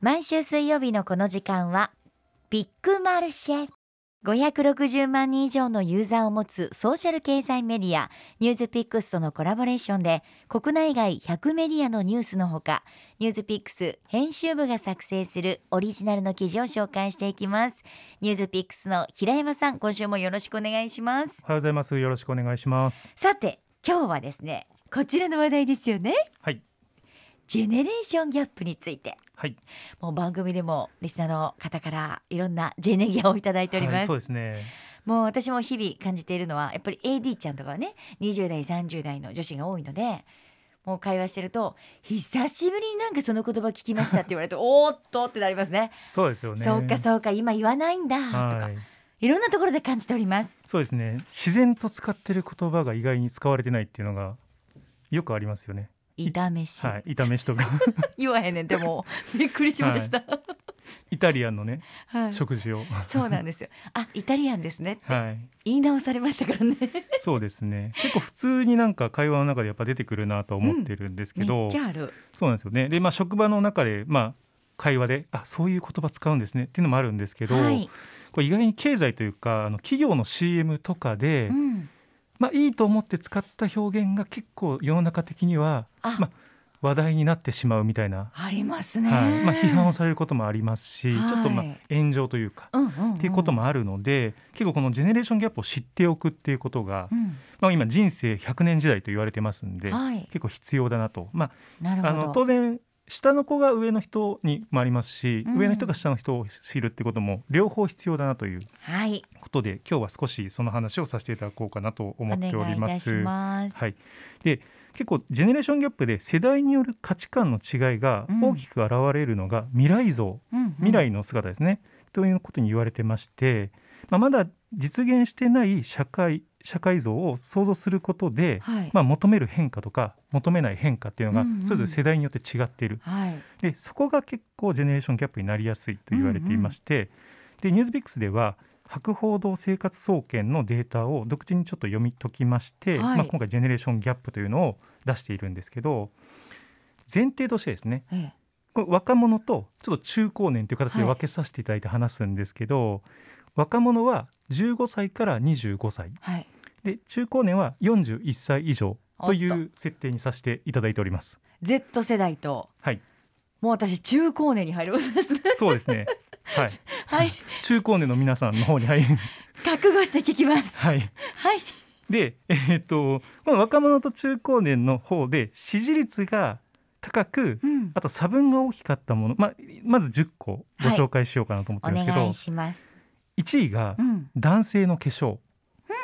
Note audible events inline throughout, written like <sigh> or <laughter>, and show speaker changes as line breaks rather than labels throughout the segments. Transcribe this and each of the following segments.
毎週水曜日のこの時間はビッグマルシェ560万人以上のユーザーを持つソーシャル経済メディアニュースピックスとのコラボレーションで国内外100メディアのニュースのほかニュースピックス編集部が作成するオリジナルの記事を紹介していきますニュースピックスの平山さん今週もよろしくお願いします
おはようございます。よろしくお願いします。
さて今日はですねこちらの話題ですよね
はい。
ジェネレーションギャップについて
はい。
もう番組でもリスナーの方からいろんなジェネギアをいただいております、
はい、そうですね。
もう私も日々感じているのはやっぱり AD ちゃんとかはね20代30代の女子が多いのでもう会話してると「久しぶりになんかその言葉聞きました」って言
<laughs>
われて「おーっと!」ってなりますね。
そうですよね。
そうかそうか今言わないんだとか、、
はいい。
ろんなところで感じております。
そうですね。自然と使ってる言葉が意外に使われてないっていうのがよくありますよね。
炒めし、
はい。炒めしとか <laughs>
言わへんねんでもびっくりしました。
イタリアンのね
はい
食事を。
そうなんですよ。あイタリアンですね
はい。
言い直されましたからね。
そうですね。結構普通になんか会話の中でやっぱ出てくるなと思ってるんですけ
め
ど、
っちゃある。
そうなんですよね。で、まあ職場の中でまあ会話であそういう言葉使うんですねっていうのもあるんですけど、
はい、
これ意外に経済というかあの企業の CM とかで。
うん、
まあ、いいと思って使った表現が結構世の中的には
あ、
ま話題になってしまうみたいな、
ありますね。
はいまあ、批判をされることもありますし、
はい
ちょっとまあ炎上というか、
うんうんうん、
っていうこともあるので結構このジェネレーションギャップを知っておくっていうことが、
うん
まあ、今人生100年時代と言われてますんで、
はい、
結構必要だなと、ま
なる
あ、あの
ほど。
当然下の子が上の人にもありますし、
うん
上の人が下の人を知るってことも両方必要だなという
はい、
ことで今日は少しその話をさせていただこうかなと
お
思っ
願い
ており
いたします。
はい、で結構ジェネレーションギャップで世代による価値観の違いが
うん
大きく現れるのが未来像、
うんうん
未来の姿ですね、ということに言われてまして、まあ、まだ実現してない社会社会像を想像することで、
はい、
まあ、求める変化とか求めない変化っていうのが
うんうん
それぞれ世代によって違っている、
はい、
でそこが結構ジェネレーションギャップになりやすいと言われていまして、でニュースビックスでは博報堂生活総研のデータを独自にちょっと読み解きまして、
はい
まあ、今回ジェネレーションギャップというのを出しているんですけど前提としてですね
ええ
これ若者とちょっと中高年という形で
はい
分けさせていただいて話すんですけど、若者は15歳から25歳
はい、
で中高年は41歳以上とい
おっ
う設定にさせていただいております。
Z 世代と、
はい、
もう私中高年に入るんです
<laughs>
ね。
そうですねはい
はい、
中高年の皆さんの方に入る
覚悟して聞きます。
はい
はい、
でえーっとこの若者と中高年の方で支持率が高く
うん、
あと差分が大きかったもの、まあ、まず10個ご紹介しようかなと思って
お
るんですけど、
願いします。
1位が
うん、
男性の化粧、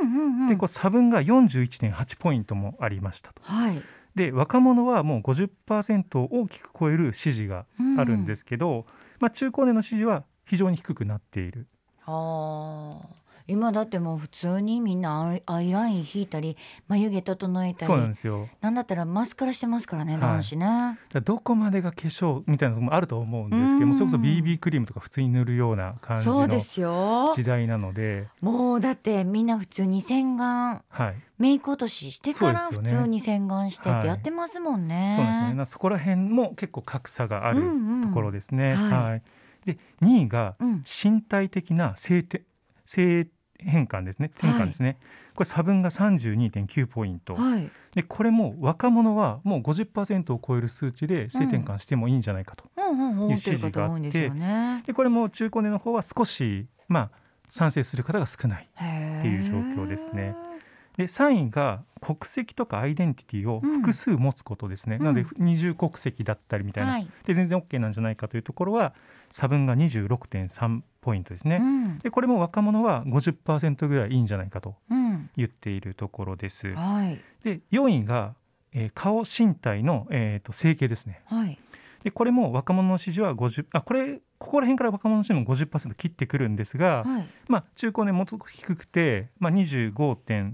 うん、うん、う
で
ん
こ、う差分が41.8ポイントもありましたと
はい、。
で若者はもう50%を大きく超える支持があるんですすけど、まあ、中高年の支持は非常に低くなっている
ああ、今だってもう普通にみんなアイアイライン引いたり、眉毛整えたり、
そうなんですよ
なんだったらマスカラしてますからね、
はい
男子ね。
だからどこまでが化粧みたいなのもあると思うんですけど
うん
もそれこそ BB クリームとか普通に塗るような感じ
そう
の
ですよ
時代なので
もうだってみんな普通に洗顔
はい、
メイク落とししてから
そうで
普
すよね
通に洗顔してってやってますもんね。
そうなんですよねなそこら辺も結構格差がある
うんうん
ところですね。
はい
はいで2位が
うん
身体的な性て性変換ですね
はい
転換ですね、これ差分が32.9ポイント
はい、
でこれも若者はもう50%を超える数値で性転換してもいいんじゃないかと、
うんうんうん、思
いう
って
指
る
示
方
があって
多いんですよね。
でこれも中高年の方は少しまあ賛成する方が少ない
っ
っていう状況ですね。で3位が国籍とかアイデンティティを複数持つことですね、
うん
なので二重国籍だったりみたいな、
はい、
で全然 OK なんじゃないかというところは差分が26.3ポイントですね、
うん
でこれも若者は50%ぐらいいいんじゃないかと
うん、
言っているところです
はい
で4位が、えー顔身体の、えーと整形ですね
はい、
でこれも若者の支持は50あこれここら辺から若者の支持も50%切ってくるんですが、
はい、
まあ、中高年もっと低くて、まあ、25.5
5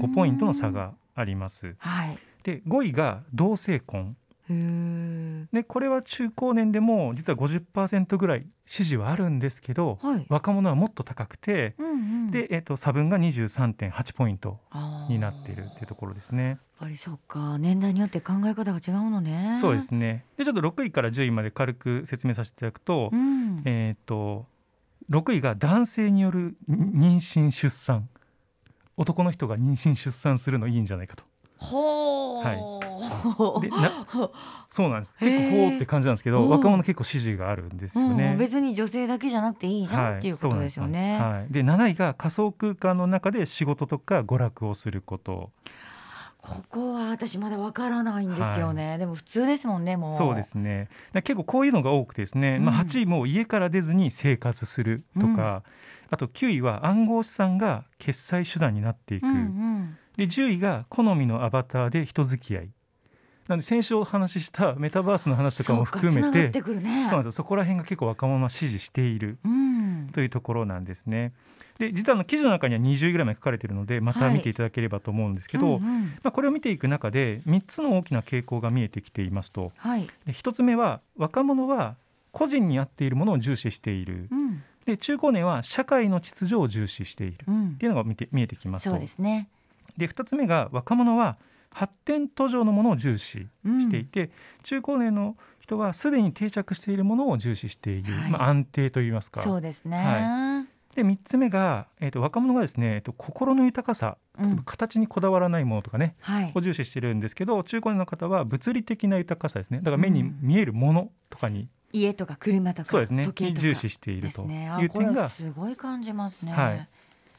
5ポイントの差。があります。
はい、
で5位が同性婚
へへ
でこれは中高年でも実は50%ぐらい支持はあるんですけど
え。はい。
若者はもっと高くて
うんうん。
で、えっと差分が23.8ポイント
あー
になっているっていうところですね。
やっぱりそっか年代によって考え方が違うのね。
そうで。すねでちょっと6位から10位まで軽く説明させていただくと,、
うん。
えっと6位が男性による妊娠出産男の人が妊娠出産するのいいんじゃないかと。
ほう。
で
<laughs>
なそうなんです
へー
結構ほうって感じなんですけど、
うん
若者結構支持があるんですよ
うん、
ね。
別に女性だけじゃなくていいじゃん、っていうことですよね。
そうなんですはい、で7位が仮想空間の中で仕事とか娯楽をすること
ここは私まだわからないんですよね、でも普通ですもんねもう
そうですねだ結構こういうのが多くてですね、ま
う
あ、
ん
8位も家から出ずに生活するとか、あと9位は暗号資産が決済手段になっていく、
うんうん
で10位が好みのアバターで人付き合いなので先週お話ししたメタバースの話とかも含
そ
め
うか繋がっててくるね
そうなんですよそこら辺が結構若者は支持している
うん
というところなんですね。で実はあの記事の中には20位ぐらいまで書かれているのでまた
はい
見ていただければと思うんですけど、
うんうん
まあ、これを見ていく中で3つの大きな傾向が見えてきていますと
はい、
で1つ目は若者は個人に合っているものを重視している
うん
で中高年は社会の秩序を重視している
う
っ
ん
て、いうのが見て見えてきます
そ
と
うですね、
で2つ目が若者は発展途上のものを重視
うん、
していて、中高年の人はすでに定着しているものを重視している、
はい
まあ、安定といいますか
そうですね、
はで3つ目が、えー、と若者がですね、えー、と心の豊かさ
うん
形にこだわらないものとかね
はい
を重視してるんですけど中高年の方は物理的な豊かさですねだから目
う
に
ん
見えるものとかに、
家とか車とか
そうですね
時計と
に
か
重視してい
で
る
す
と
ね
い
あ
う
これ
点
は
が
すごい感じますね、
はい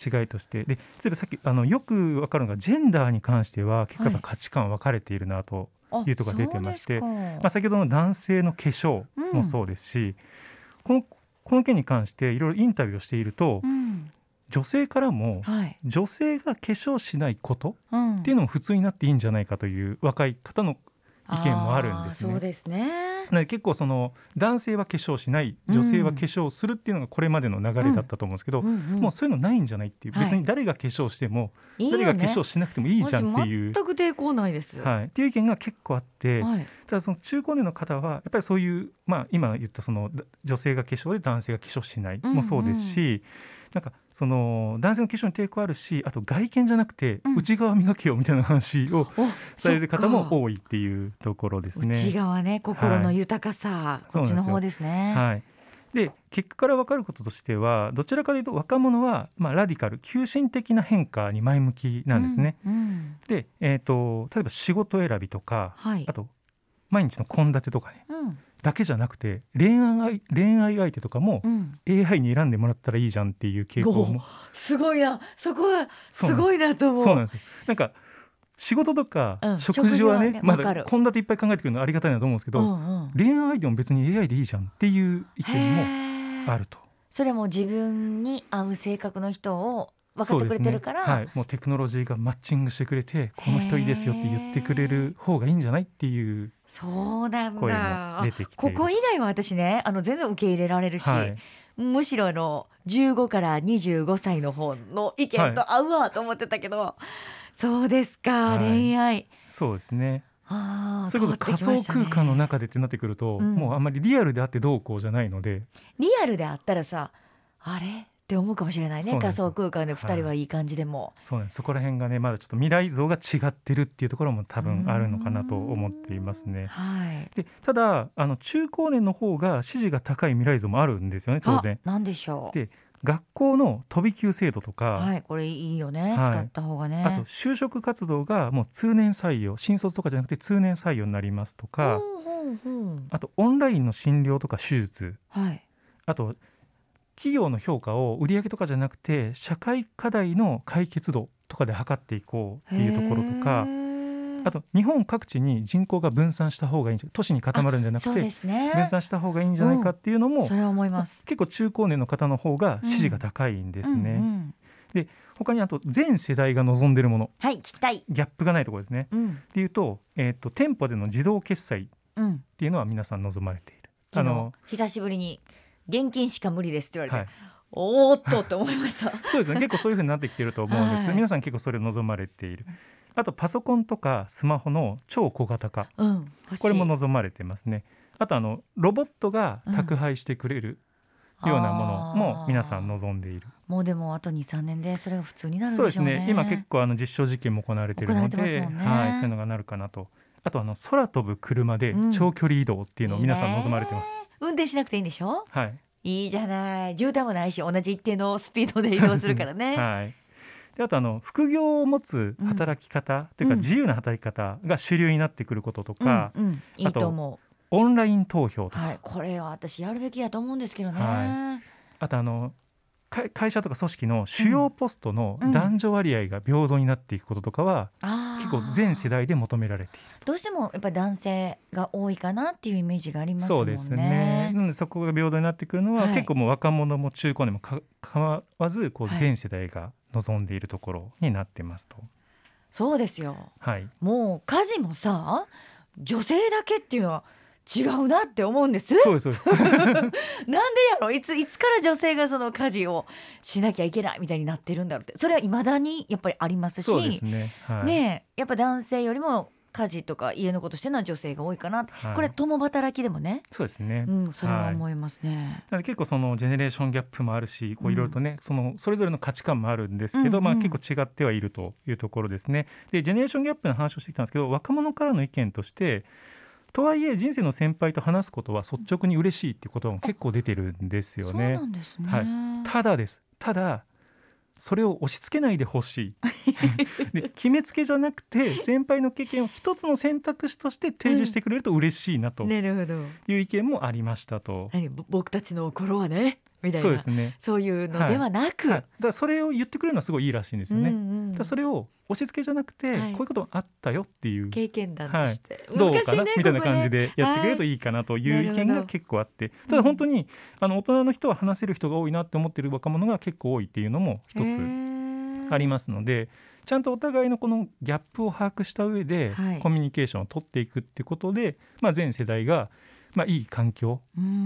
違いとしてで例えばさっきあのよくわかるのがジェンダーに関しては結構やっぱ価値観分かれているなと、
あ
いうとこが出てまして
そうです
まあ、
か
先ほどの男性の化粧もそうですし、このこの件に関していろいろインタビューをしていると、
うん
女性からも
はい
女性が化粧しないこと
うん、
っていうのも普通になっていいんじゃないかという若い方の意見もあるんですね
あーそうですね
なので結構その男性は化粧しない女性は化粧するっていうのがこれまでの流れだったと思うんですけど、
うんうん
もうそういうのないんじゃないっていう、
はい
別に誰が化粧しても、
いいよね
誰が化粧しなくてもいいじゃんってい
私。
う
全く抵抗ないです。
はい、っていう意見が結構あって、
はい
ただその中高年の方はやっぱりそういう、まあ、今言ったそのだ女性が化粧で男性が化粧しない
うんうん
もそうですし、なんかその男性の化粧に抵抗あるしあと外見じゃなくて
うん
内側磨けよみたいな話を
お
される方
そっ
も
か
多いっていうところですね。
内側ね心の豊かさ、
い
こっちの方ですね。
はい、で結果から分かることとしてはどちらかというと若者は、まあ、ラディカル急進的な変化に前向きなんですね。
うん。うん
で、えー、と例えば仕事選びとか
はい
あ。と毎日の献立とかね
うん
だけじゃなくて恋愛恋愛相手とかも
うん。
AI に選んでもらったらいいじゃんっていう傾向
お
も
すごいなそこは
そう
す
なんです
ごいなと思う。
そうなんですよなんか仕事とか
うん
食事はね,、
食事はね
ま
分かる
だ献立いっぱい考えてくるのありがたいなと思うんですけど、
うんうん
恋愛相手も別に AI でいいじゃんっていう意見も
へー
あると。
それも自分に合う性格の人を分かってくれてるから、
そうですねはい、もうテクノロジーがマッチングしてくれてこの人いいですよって言ってくれる方がいいんじゃないっていう
そうなん
声
だ。
も
あ
出てきて
ここ以外は私ねあの全然受け入れられるし、
はい、
むしろあの15から25歳の方の意見と合うわと思ってたけど、そうですか、
はい
恋愛
そうですね
ああ
それこそ仮想空間の中でってなってくると、
うん
もうあんまりリアルであってどうこうじゃないので
リアルであったらさあれって思うかもしれないね
そうなん
仮
ですよ
想空間で2人
は
はいい感じでも、
そうなんですそこら辺がねまだちょっと未来像が違ってるっていうところも多分あるのかなと思っていますね。
はい
でただあの中高年の方が支持が高い未来像もあるんですよね当然。
あなんでしょう
で学校の飛び級制度とか、
はいこれいいよね、
はい
使った方がね
あと就職活動がもう通年採用新卒とかじゃなくて通年採用になりますと
ほう
か、
ほうほう
あとオンラインの診療とか手術
はい
あと企業の評価を売上とかじゃなくて社会課題の解決度とかで測っていこうっていうところとか
へー
あと日本各地に人口が分散した方がいいんじゃ都市に固まるんじゃな
そう
く
で
て
すね
分散した方がいいんじゃないかっていうのも、
それは思います
結構中高年の方の方が支持が高いんですね。
うんうん
他にあと全世代が望んでるもの
はい聞きたい
ギャップがないところですね。
うん
っていうと,、えー、と店舗での自動決済っ
うん
ていうのは皆さん望まれている。
昨日
あの
久しぶりに現金しか無理ですって言われて、
はい、
おーっとって思いました
<laughs> そうですね結構そういうふうになってきていると思うんですけど、
<laughs> はい
皆さん結構それを望まれているあとパソコンとかスマホの超小型化
うん、欲しい
これも望まれてますねあとあのロボットが宅配してくれるようなものも皆さん
あー
望んでいる、
もうでもあと23年でそれが普通になるん
そ
で
うで
し
す
ょうね
ね今結構あの実証実験も行われているので
行われてますもんね
はい、そういうのがなるかなとあとあの空飛ぶ車で
うん
長距離移動っていうのを皆さん望まれてます、
いいね運転しなくていいんでしょ
はい
いいじゃない渋滞もないし同じ一定のスピードで移動するからね
<laughs> はい、であとあの副業を持つ働き方、という
う
か
ん
自由な働き方が主流になってくることとか、
うんうん、いいと思う
オンライン投票とか、
はいこれは私やるべきだと思うんですけどね、
はあとあの会会社とか組織の主要ポストの
うん
男女割合が平等になっていくこととかは、
あー
結構全世代で求められている
どうしてもやっぱり男性が多いかなっていうイメージがあります
そ
も
うん
ね
ですねなのでそこが平等になってくるのは、
はい
結構もう若者も中高年もか構わずこう
はい
全世代が望んでいるところになってますと。
そうですよ
はい、
もう家事もさ女性だけっていうのは違うなって思うんです
そうですそうです
なんでやろいついつから女性がその家事をしなきゃいけないみたいになってるんだろうってそれはいまだにやっぱりありますし
そうですね。はい、
ねえやっぱ男性よりも家事とか家のことしてるのは女性が多いかな、
はい
これ共働きでもね、
そうですね。
うん、それは思いますね。
なので結構そのジェネレーションギャップもあるしこ
うん
ういろいろとね、そのそれぞれの価値観もあるんですけど、
うんうん
まあ、結構違ってはいるというところですね。でジェネレーションギャップの話をしてきたんですけど若者からの意見としてとはいえ人生の先輩と話すことは率直に嬉しいっていう言葉も結構出てるんですよ
そう
ね
な。んですね、
はいただですただそれを押し付けないで
<laughs>
ほしいで決めつけじゃなくて先輩の経験を一つの選択肢として提示してくれると嬉しいなと
<laughs> なるほど
いう意見もありましたと。
何ぼ僕たちの頃はねみたいな
そ
そうう
ですね
いうのではなく、
はい、だからそれを言ってくれるのはすごいいいらしいんですよ
う
ね。だか
んうん
らそれを押し付けじゃなくて、
はい
こういうこともあったよっていう
経験談として、
どう
難しい
かな、
ね
みたいな
ここね
感じでやってくれるといいかなと
はいいうな
意
る
見
ほど
が結構あって、ただ本当に、あの大人の人は話せる人が多いなって思ってる若者が結構多いっていうのも一つあり
ま
ますので。ちゃんとお互いのこのギャップを把握した上で、
はい
コミュニケーションを取っていくっていうことで、まあ、全世代が、まあ、いい環境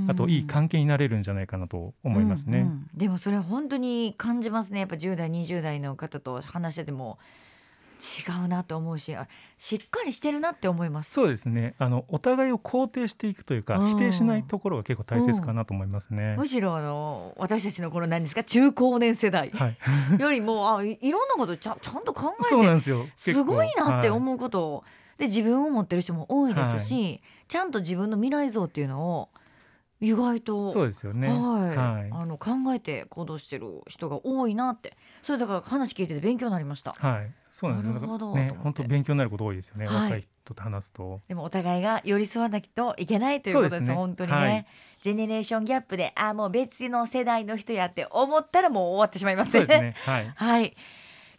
あといい関係になれるんじゃないかなと思いますね。
うんうんでもそれは本当に感じますねやっぱ10代20代の方と話してても違うなと思うしあしっかりしてるなって思います。
そうですね。あのお互いを肯定していくというか、
うん
否定しないところが結構大切かなと思いますね。
むしろあの私たちのこの何ですか中高年世代
はい、
<laughs> よりもあいいろんなことちゃんちゃんと考
そうな
えて
んですよ。結
す
構
ごいなって
は
思うことを、で自分を持ってる人も多いですし、ちゃんと自分の未来像っていうのを意外と
いそうですよね。
はい、
はい
あの考えて行動してる人が多いなってそれだから話聞いてて勉強になりました
はい、そうなんですよ。
なるほど
だから
と
ね、
思っ
本
て
当勉強になること多いですよね。
はい
若い人と話すと。
でもお互いが寄り添わなきゃいけないということです
そうですね
本当にね、
はい
ジェネレーションギャップであもう別の世代の人やって思ったらもう終わってしまいます
そう
ね
ですね。は
<laughs>
い。
はい。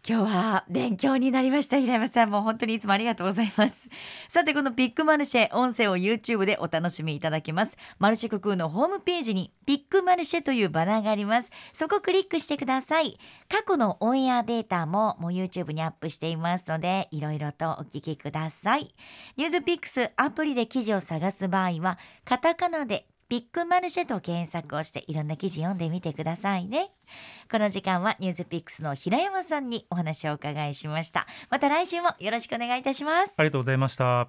今日は勉強になりました平山さんも本当にいつもありがとうございますさてこのビッグマルシェ音声を YouTube でお楽しみいただけますマルシェククーのホームページにビッグマルシェというバナーがありますそこをクリックしてください過去のオンエアデータももう YouTube にアップしていますのでいろいろとお聞きくださいニュースピックスアプリで記事を探す場合はカタカナでビッグマルシェと検索をしていろんな記事読んでみてくださいねこの時間はニュースピックスの平山さんにお話をお伺いしましたまた来週もよろしくお願いいたします
ありがとうございました。